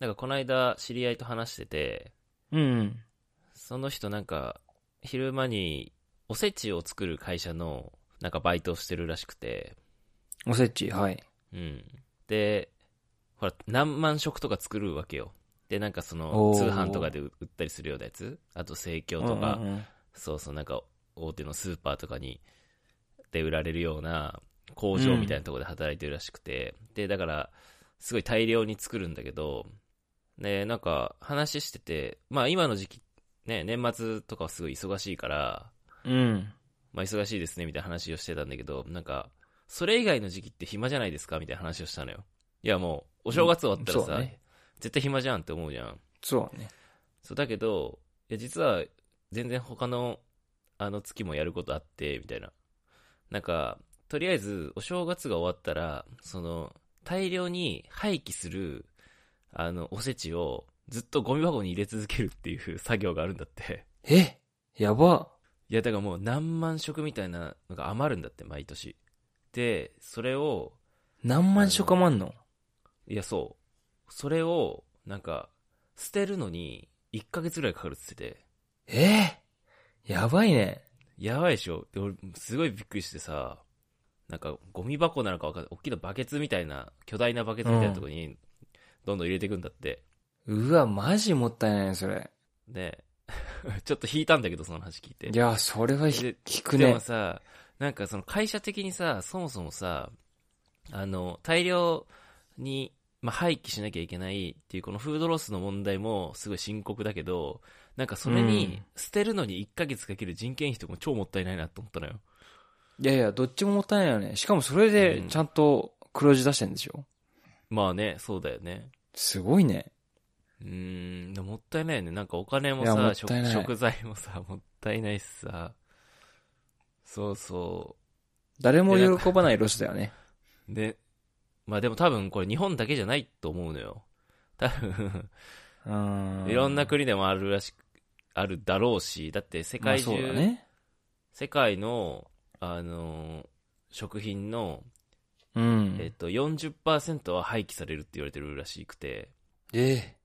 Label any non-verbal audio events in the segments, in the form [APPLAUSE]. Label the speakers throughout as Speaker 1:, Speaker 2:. Speaker 1: なんかこの間知り合いと話してて、
Speaker 2: うん。
Speaker 1: その人なんか、昼間におせちを作る会社の、なんかバイトをしてるらしくて、
Speaker 2: おせち、はい。
Speaker 1: うん。で、ほら、何万食とか作るわけよ。で、なんかその、
Speaker 2: おー
Speaker 1: 通販とかで売ったりするようなやつあと、生協とか、
Speaker 2: うんうんうん
Speaker 1: そうそう、なんか、大手のスーパーとかに、で売られるような工場みたいなところで働いてるらしくて、で、だから、すごい大量に作るんだけど、ね、なんか、話してて、まあ今の時期、ね、年末とかはすごい忙しいから、
Speaker 2: うん。
Speaker 1: まあ忙しいですね、みたいな話をしてたんだけど、なんか、それ以外の時期って暇じゃないですかみたいな話をしたのよ。いやもう、お正月終わったら
Speaker 2: うんそ
Speaker 1: さ、
Speaker 2: うね
Speaker 1: 絶対暇じゃんって思うじゃん。
Speaker 2: そうね。
Speaker 1: そうだけど、いや実は全然他のあの月もやることあって、みたいな。なんか、とりあえずお正月が終わったら、その、大量に廃棄する、あの、おせちをずっとゴミ箱に入れ続けるっていう [LAUGHS] 作業があるんだって。
Speaker 2: えやば。
Speaker 1: いや、だからもう何万食みたいなのが余るんだって、毎年。で、それを、
Speaker 2: 何万食もあんの
Speaker 1: いや、そう。それを、なんか、捨てるのに1ヶ月ぐらいかかるって言ってて。
Speaker 2: えやばいね。
Speaker 1: やばいでしょで俺、すごいびっくりしてさ、なんか、ゴミ箱なのかわかんない。大きなバケツみたいな、巨大なバケツみたいなとこに、どんどん入れていくんだって。
Speaker 2: うわ、マジもったいないね、それ。
Speaker 1: ね [LAUGHS] ちょっと引いたんだけど、その話聞いて。
Speaker 2: いや、それはひ
Speaker 1: で
Speaker 2: 引く
Speaker 1: で
Speaker 2: ね
Speaker 1: も。さ、なんかその会社的にさ、そもそもさ、あの、大量に、まあ、廃棄しなきゃいけないっていうこのフードロスの問題もすごい深刻だけど、なんかそれに捨てるのに1ヶ月かける人件費とかも超もったいないなと思ったのよ。
Speaker 2: いやいや、どっちももったいないよね。しかもそれで
Speaker 1: うん
Speaker 2: ちゃんと黒字出してんでしょ
Speaker 1: まあね、そうだよね。
Speaker 2: すごいね。
Speaker 1: うーん、でももったいないよね。なんかお金も
Speaker 2: いやも
Speaker 1: さ、
Speaker 2: った
Speaker 1: 食
Speaker 2: いない
Speaker 1: 食材もさ、 [LAUGHS] もったいないしさ。そうそ
Speaker 2: 誰も喜ばないロスだよね。
Speaker 1: う。で、まあでも多分これ日本だけじゃないと思うのよ。多分、
Speaker 2: うん。
Speaker 1: いろんな国でもあるらしく、あるだろうし、だって世界中、
Speaker 2: まあそうだね。
Speaker 1: 世界の、あのー食品の、え
Speaker 2: う
Speaker 1: っ
Speaker 2: ん。
Speaker 1: と、40%は廃棄されるって言われてるらしくて、
Speaker 2: え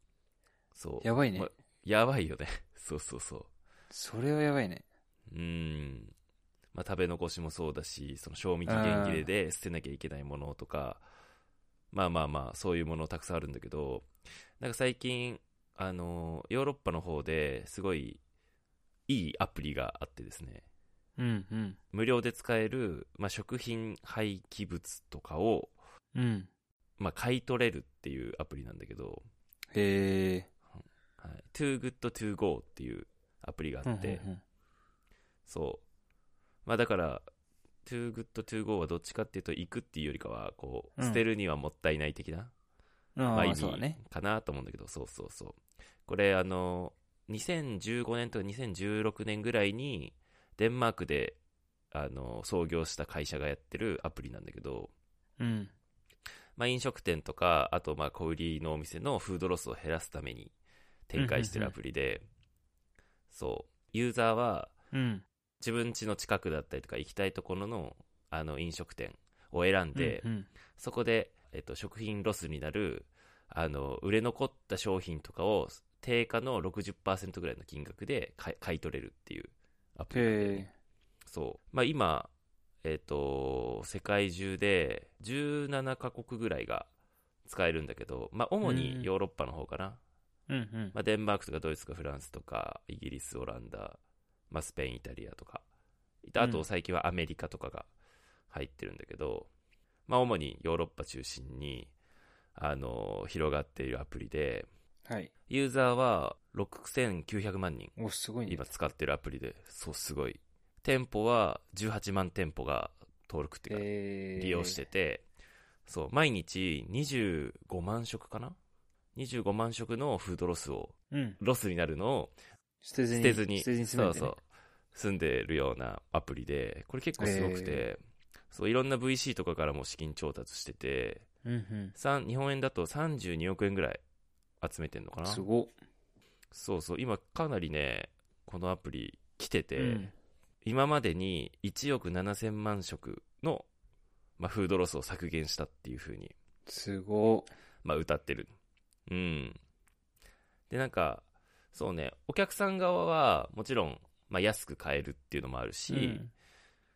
Speaker 1: そう。
Speaker 2: やばいね
Speaker 1: ま。やばいよね。 [LAUGHS] そうそうそう。
Speaker 2: それはやばいね。
Speaker 1: うん。まあ、食べ残しもそうだし、その賞味期限切れで捨てなきゃいけないものとか、まあまあまあ、そういうものたくさんあるんだけど、なんか最近、あの、ヨーロッパの方ですごいいいアプリがあってですね、
Speaker 2: うん、うん。
Speaker 1: 無料で使える、まあ、食品廃棄物とかを、
Speaker 2: うん。
Speaker 1: まあ、買い取れるっていうアプリなんだけど、
Speaker 2: へえ。
Speaker 1: はい、too good to go っていうアプリがあって、
Speaker 2: うんうんうん
Speaker 1: そう。まあだから、too good to go はどっちかっていうと、行くっていうよりかは、こう、
Speaker 2: うん
Speaker 1: 捨てるにはもったいない的な、
Speaker 2: あ
Speaker 1: まあ
Speaker 2: あ
Speaker 1: 意
Speaker 2: そうだ
Speaker 1: 味
Speaker 2: ね。
Speaker 1: かなと思うんだけど、そうそうそう。これ、あの、2015年とか2016年ぐらいに、デンマークで、あの、創業した会社がやってるアプリなんだけど、
Speaker 2: うん。
Speaker 1: まあ飲食店とか、あとまあ小売りのお店のフードロスを減らすために展開してるアプリで、そう。ユーザーは、
Speaker 2: うん。
Speaker 1: 自分家の近くだったりとか行きたいところのあの飲食店を選んで、
Speaker 2: うんうん
Speaker 1: そこで、えっと、食品ロスになるあの売れ残った商品とかを定価の60%ぐらいの金額で買い買い取れるっていうアプリなんだよね
Speaker 2: へ
Speaker 1: そう、まあ、今、えっと世界中で17カ国ぐらいが使えるんだけど、まあ、主
Speaker 2: うん
Speaker 1: にヨーロッパの方かな、
Speaker 2: え。うんうん。
Speaker 1: まあ、デンマークとかドイツとかフランスとかイギリスオランダ、まあ、スペインイタリアとかあ
Speaker 2: う
Speaker 1: と
Speaker 2: ん
Speaker 1: 最近はアメリカとかが入ってるんだけど、まあ、主にヨーロッパ中心にあの広がっているアプリで
Speaker 2: はい。
Speaker 1: ユーザーは6900万人
Speaker 2: お、すごいね。
Speaker 1: 今使ってるアプリでそうすごい店舗は18万店舗が登録っていうか
Speaker 2: えー
Speaker 1: 利用してて、そう毎日25万食かな25万食のフードロスを
Speaker 2: うん。
Speaker 1: ロスになるのを
Speaker 2: 捨てず
Speaker 1: 捨
Speaker 2: に。
Speaker 1: てずに、
Speaker 2: 捨てずに住
Speaker 1: そ
Speaker 2: め
Speaker 1: う
Speaker 2: て
Speaker 1: そ
Speaker 2: ね
Speaker 1: う、住んでるようなアプリで、これ結構すごくて、
Speaker 2: へ
Speaker 1: そういろんな VC とかからも資金調達してて、
Speaker 2: うんうん。
Speaker 1: 三日本円だと32億円ぐらい集めてんのかな。
Speaker 2: すごっ。
Speaker 1: そうそう、今かなりね、このアプリ来てて、
Speaker 2: うん
Speaker 1: 今までに1億7000万食の、まあ、フードロスを削減したっていうふうに、
Speaker 2: すごっ。
Speaker 1: まあ、歌ってる。うん。で、なんか、そうね、お客さん側は、もちろん、まあ、安く買えるっていうのもあるし、
Speaker 2: うん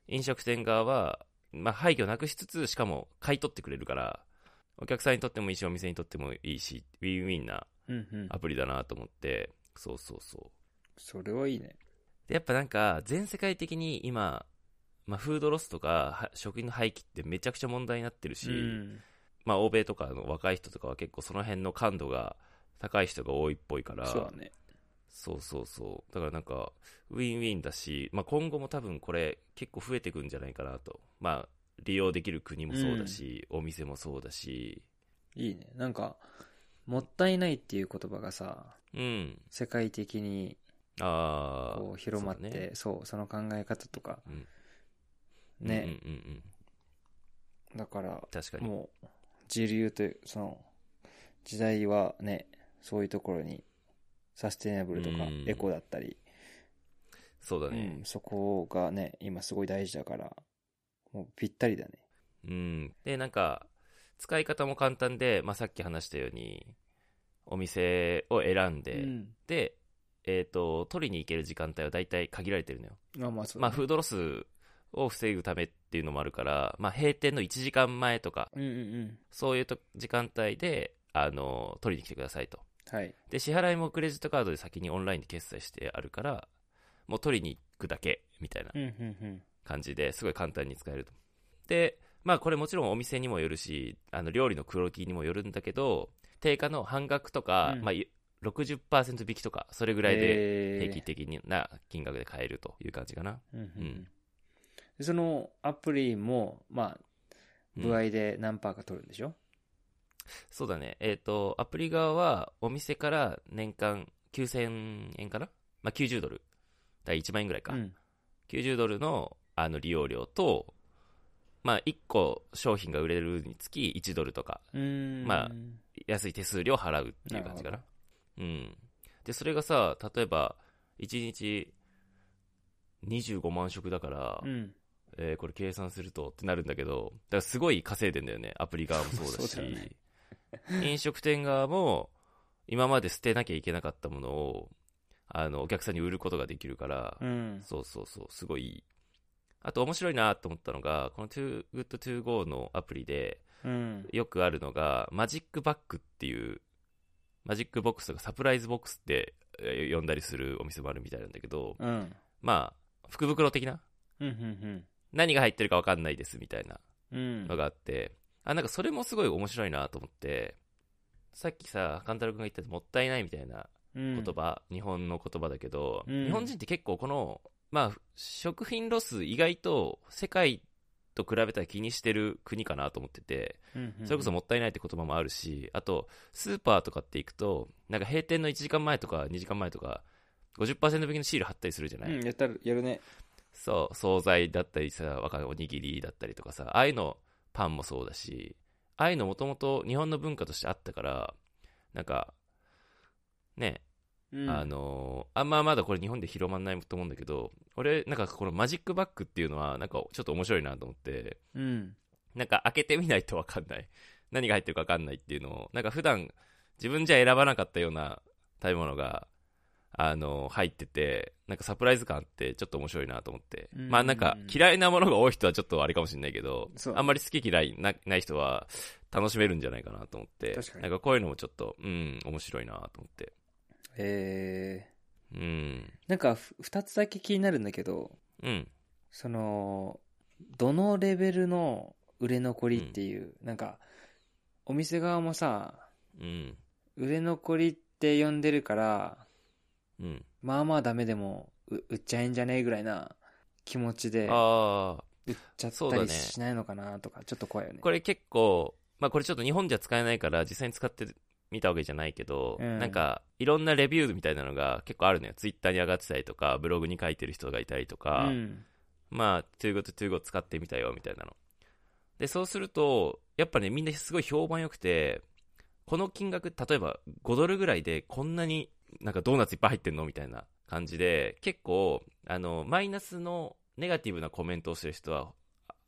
Speaker 1: 飲食店側は、まあ、廃墟なくしつつ、しかも買い取ってくれるから、お客さんにとってもいいし、お店にとってもいいし、ウィンウィンな
Speaker 2: うんうん
Speaker 1: アプリだなと思って、そうそうそう。
Speaker 2: それはいいね
Speaker 1: でやっぱなんか、全世界的に今、まあ、フードロスとか、は食品の廃棄ってめちゃくちゃ問題になってるし、
Speaker 2: うん
Speaker 1: まあ、欧米とかの若い人とかは結構その辺の感度が高い人が多いっぽいから、
Speaker 2: そうだね
Speaker 1: そうそうそう。だからなんか、ウィンウィンだし、まあ、今後も多分これ結構増えてくんじゃないかなと。まあ、利用できる国もそうだし、お店もそうだし、
Speaker 2: いいねなんかもったいないっていう言葉がさ
Speaker 1: うん。
Speaker 2: 世界的に
Speaker 1: あ
Speaker 2: こ
Speaker 1: あ。
Speaker 2: う広まって
Speaker 1: そ
Speaker 2: そうう,、
Speaker 1: だね
Speaker 2: その考え方とか
Speaker 1: うん
Speaker 2: ね、
Speaker 1: うんうんうん。
Speaker 2: だから
Speaker 1: 確かに。
Speaker 2: もう自流というその時代はねそういうところにサステナブルとか
Speaker 1: うん
Speaker 2: エコだったり、
Speaker 1: そうだ
Speaker 2: う
Speaker 1: ね。
Speaker 2: んそこがね今すごい大事だからもうぴったりだね
Speaker 1: うん。で、なんか、使い方も簡単で、まあ、さっき話したように、お店を選んで、
Speaker 2: うん
Speaker 1: で、えっ、と、取りに行ける時間帯は大体限られてるのよ。
Speaker 2: まあまあそう
Speaker 1: ま
Speaker 2: だ
Speaker 1: あ、
Speaker 2: ね
Speaker 1: フードロスを防ぐためっていうのもあるから、まあ、閉店の1時間前とか、
Speaker 2: うんうんうん
Speaker 1: そういうと時間帯で、あの、取りに来てくださいと。
Speaker 2: はい
Speaker 1: で、支払いもクレジットカードで先にオンラインで決済してあるから、もう取りに行くだけ、みたいな
Speaker 2: うんうんうん
Speaker 1: 感じですごい簡単に使えると。で、まあこれもちろんお店にもよるし、あの料理のクオリティにもよるんだけど、定価の半額とか、
Speaker 2: うん
Speaker 1: まあい60%引きとか、それぐらいで
Speaker 2: で
Speaker 1: 平均的にな金額で買えるという感じかな。
Speaker 2: うんうんう
Speaker 1: うん
Speaker 2: んでそのアプリもまあ
Speaker 1: うん
Speaker 2: 部合で何パーか取るんでしょ、
Speaker 1: そうだね。えっ、と、アプリ側はお店から年間9000円かなまあ90ドル。だ1万円ぐらいか。
Speaker 2: うん
Speaker 1: 90ドルのあの利用料と、まあ1個商品が売れるにつき1ドルとか
Speaker 2: うーん
Speaker 1: まあ安い手数料を払うっていう感じかな
Speaker 2: な
Speaker 1: う
Speaker 2: る
Speaker 1: んでそれがさ例えば1日25万食だから、
Speaker 2: うん
Speaker 1: えーこれ計算するとってなるんだけどだからすごい稼いでんだよねアプリ側もそうだし
Speaker 2: [LAUGHS] そうだよね
Speaker 1: 飲食店側も今まで捨てなきゃいけなかったものをあのお客さんに売ることができるから、
Speaker 2: うん
Speaker 1: そうそうそう、すごいいい。あと面白いなと思ったのが、この Too Good To Go のアプリで
Speaker 2: うん
Speaker 1: よくあるのが、マジックバッグっていう、マジックボックスとかサプライズボックスってえー呼んだりするお店もあるみたいなんだけど、
Speaker 2: うん
Speaker 1: まあ、福袋的な
Speaker 2: うんうん
Speaker 1: 何が入ってるかわかんないですみたいな
Speaker 2: うんうん
Speaker 1: のがあって、あ、なんかそれもすごい面白いなと思って、さっきさ、勘太郎くんが言ったもったいないみたいな言
Speaker 2: 言
Speaker 1: 葉、日本の言葉だけど、
Speaker 2: うん
Speaker 1: 日本人って結構この、まあ、食品ロス意外と世界と比べたら気にしてる国かなと思ってて、それこそもったいないって言葉もあるし、あと、スーパーとかって行くと、なんか閉店の1時間前とか2時間前とか、50%引きのシール貼ったりするじゃない、
Speaker 2: うんやったるやるね
Speaker 1: そう、惣菜だったりさ、わかんないおにぎりだったりとかさ、ああいうの、パンもそうだし、ああいうのもともと日本の文化としてあったから、なんか、ね、
Speaker 2: うん
Speaker 1: あのーあんままだこれ日本で広まんないと思うんだけど俺なんかこのマジックバッグっていうのはなんかちょっと面白いなと思って
Speaker 2: うん
Speaker 1: なんか開けてみないと分かんない [LAUGHS] 何が入ってるか分かんないっていうのをなんか普段自分じゃ選ばなかったような食べ物があのー入っててなんかサプライズ感あってちょっと面白いなと思って
Speaker 2: うん
Speaker 1: まあなんか嫌いなものが多い人はちょっとあれかもしれないけど
Speaker 2: そう
Speaker 1: あんまり好き嫌いなない人は楽しめるんじゃないかなと思って
Speaker 2: 確かに
Speaker 1: なんかこういうのもちょっとうん面白いなと思って
Speaker 2: えー
Speaker 1: うん
Speaker 2: なんかふ二つだけ気になるんだけど
Speaker 1: うん
Speaker 2: そのどのレベルの売れ残りっていう、なんかお店側もさ
Speaker 1: うん
Speaker 2: 売れ残りって呼んでるから
Speaker 1: うん、
Speaker 2: まあまあダメでもう売っちゃえんじゃねえぐらいな気持ちで
Speaker 1: ああ
Speaker 2: 売っちゃっ
Speaker 1: そう
Speaker 2: た
Speaker 1: だね
Speaker 2: りしないのかなとかちょっと怖いよね
Speaker 1: これ結構、まあ、これちょっと日本じゃ使えないから実際に使ってみたわけじゃないけど、
Speaker 2: うん
Speaker 1: なんかいろんなレビューみたいなのが結構あるのよツイッターに上がってたりとかブログに書いてる人がいたりとか、
Speaker 2: うん
Speaker 1: まあ t o g o t o g o 使ってみたよみたいなのでそうするとやっぱねみんなすごい評判良くてこの金額例えば5ドルぐらいでこんなになんかドーナツいっぱい入ってんのみたいな感じで結構あのマイナスのネガティブなコメントをしてる人は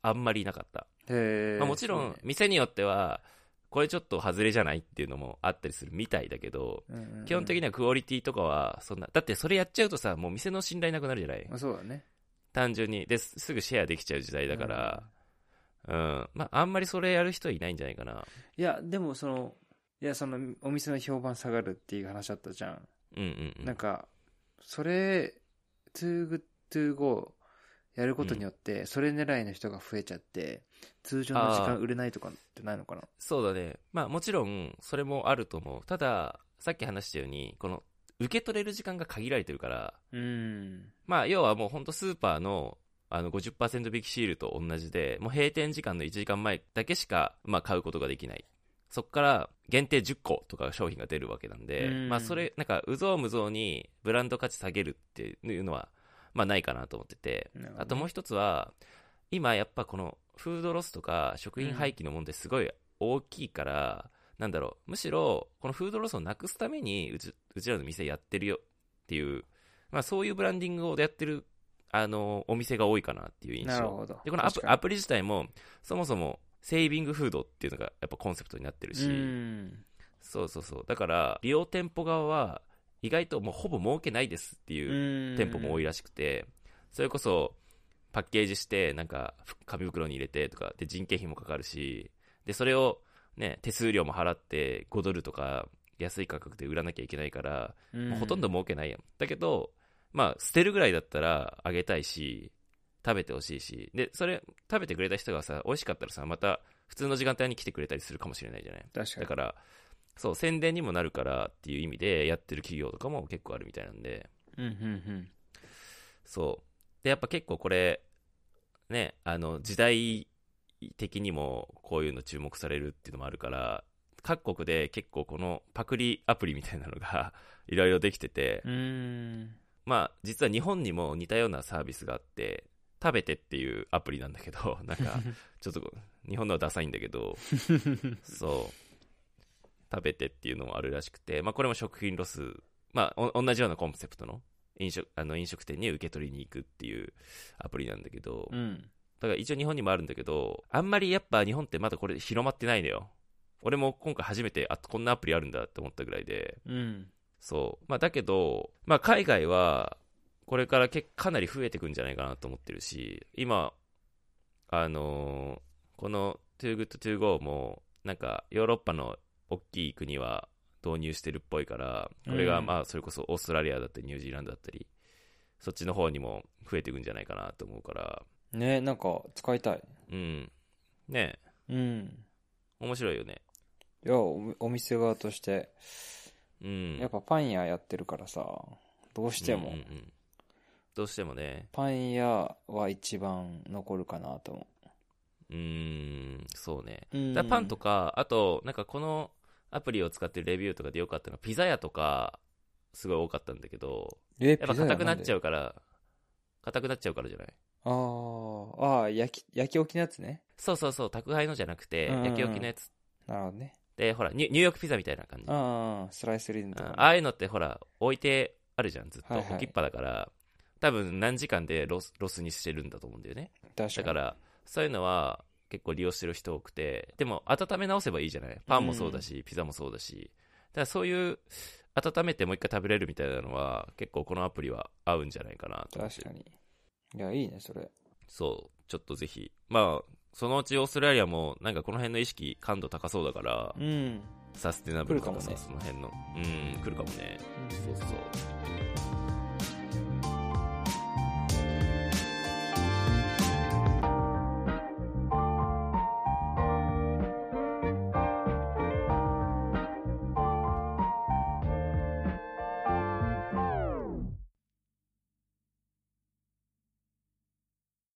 Speaker 1: ああんまりいなかった
Speaker 2: へえ
Speaker 1: まあ、もちろ
Speaker 2: そうね
Speaker 1: ん店によってはこれちょっと外れじゃないっていうのもあったりするみたいだけど、基本的に
Speaker 2: は、
Speaker 1: はクオリティとかはそんなだってそれやっちゃうとさもう店の信頼なくなるじゃない
Speaker 2: まあ、そうだね。
Speaker 1: 単純にですすぐシェアできちゃう時代だから、うんまああんまりそれやる人いないんじゃないかな
Speaker 2: うん。いや、でもその、いや、その、お店の評判下がるっていう話だったじゃん。
Speaker 1: うんうんうん
Speaker 2: なんか、それ、too good to go やることによって、それ狙いの人が増えちゃって、通常の時間売れないとかってないのかな
Speaker 1: そうだねまあもちろんそれもあると思うたださっき話したようにこの受け取れる時間が限られてるから
Speaker 2: うん。
Speaker 1: まあ要はもうほんとスーパーのあの50%引きシールと同じでもう閉店時間の1時間前だけしか、まあ、買うことができないそこから限定10個とか商品が出るわけなんで、
Speaker 2: うん
Speaker 1: まあそれなんかうぞうむぞうにブランド価値下げるっていうのはまあないかなと思ってて
Speaker 2: なるほどね
Speaker 1: あともう一つは今やっぱこのフードロスとか食品廃棄の問題すごい大きいから、なんだろうむしろこのフードロスをなくすためにうちうちらの店やってるよっていう、まあ、そういうブランディングをやってるあのお店が多いかなっていう印
Speaker 2: なる
Speaker 1: 象
Speaker 2: ほど。
Speaker 1: でこのアプ
Speaker 2: 確かに
Speaker 1: アプリ自体もそもそもセービングフードっていうのがやっぱコンセプトになってるし、
Speaker 2: うん。
Speaker 1: そうそうそうだから利用店舗側は意外ともうほぼ儲けないですっていう店舗も多い
Speaker 2: い。
Speaker 1: らしくて、それこそパッケージしてなんかふ紙袋に入れてとかで人件費もかかるしでそれを、ね、手数料も払って5ドルとか安い価格で売らなきゃいけないから、
Speaker 2: う
Speaker 1: もうほとんど儲けないやんだけど、まあ、捨てるぐらいだったらあげたいし食べてほしいしでそれ食べてくれた人がさ美味しかったらさまた普通の時間帯に来てくれたりするかもしれないじゃない
Speaker 2: 確か
Speaker 1: だ
Speaker 2: に。
Speaker 1: からそう宣伝にもなるからっていう意味でやってる企業とかも結構あるみたいなんで
Speaker 2: うんうん
Speaker 1: そう。で、やっぱ結構これ、ね、あの、時代的にもこういうの注目されるっていうのもあるから、各国で結構このパクリアプリみたいなのが [LAUGHS] いろいろできてて、
Speaker 2: うん。うん。
Speaker 1: まあ実は日本にも似たようなサービスがあって、食べてっていうアプリなんだけど、なん
Speaker 2: [LAUGHS]
Speaker 1: かちょっと日本のはダサいんだけど、そう。食べてっていうのもあるらしくて、まあこれも食品ロス、まあお同じようなコンセプトの飲食あの飲食店に受け取りに行くっていうアプリなんだけど、
Speaker 2: うん。
Speaker 1: だから一応日本にもあるんだけど、あんまりやっぱ日本ってまだこれ広まってないのよ。俺も今回初めて、あ、こんなアプリあるんだって思ったぐらいで、
Speaker 2: うん。
Speaker 1: そう。まあだけど、まあ海外は、これからけかなり増えてくんじゃないかなと思ってるし、今、あのーこの Too Good To Go も、なんかヨーロッパの大きい国は導入してるっぽいから、これが
Speaker 2: うん
Speaker 1: まあそれこそオーストラリアだったりニュージーランドだったり、そっちの方にも増えてくんじゃないかなと思うから、
Speaker 2: ねなんか使いたい。
Speaker 1: うん。ねえ
Speaker 2: うん。
Speaker 1: 面白いよね。
Speaker 2: いや、おお店側として、
Speaker 1: うん。
Speaker 2: やっぱパン屋やってるからさ、どうしても
Speaker 1: うんうんうんどうしてもね。
Speaker 2: パン屋は一番残るかなと思
Speaker 1: うーん、そうね。
Speaker 2: う。うん
Speaker 1: だからパンとか、あと、なんかこのアプリを使ってるレビューとかで良かったのは、ピザ屋とか、すごい多かったんだけど、
Speaker 2: え、
Speaker 1: やっぱ硬くなっちゃ
Speaker 2: う。
Speaker 1: うから、硬くなっちゃうからじゃない
Speaker 2: あーあー、焼き、焼き置きのやつね。
Speaker 1: そうそうそう、宅配のじゃなくて、
Speaker 2: うんうんうん
Speaker 1: 焼き置きのやつ
Speaker 2: なるほどね。
Speaker 1: で、ほらニュ、ニューヨークピザみたいな感じ。うん
Speaker 2: ああ、スライスリーズとかね、
Speaker 1: ああいうのってほら、置いてあるじゃん、ずっと。
Speaker 2: はいはい
Speaker 1: 置きっぱだから、多分何時間でロスロスにしてるんだと思うんだよね。
Speaker 2: 確か
Speaker 1: だ
Speaker 2: に。
Speaker 1: から、そういうのは結構利用してる人多くて、でも温め直せばいいじゃないパンもそうだし、ピザもそうだし。だからそういう、温めてもう一回食べれるみたいなのは、結構このアプリは合うんじゃないかなと思って
Speaker 2: 確かに。いや、いいね、それ。
Speaker 1: そう、ちょっとぜひ。まあ、そのうちオーストラリアも、なんかこの辺の意識、感度高そうだから、
Speaker 2: うん。
Speaker 1: サステナブルと
Speaker 2: 来
Speaker 1: か
Speaker 2: るかも
Speaker 1: さ、そ
Speaker 2: ね
Speaker 1: の辺の。うん、来るかもね。そうそう。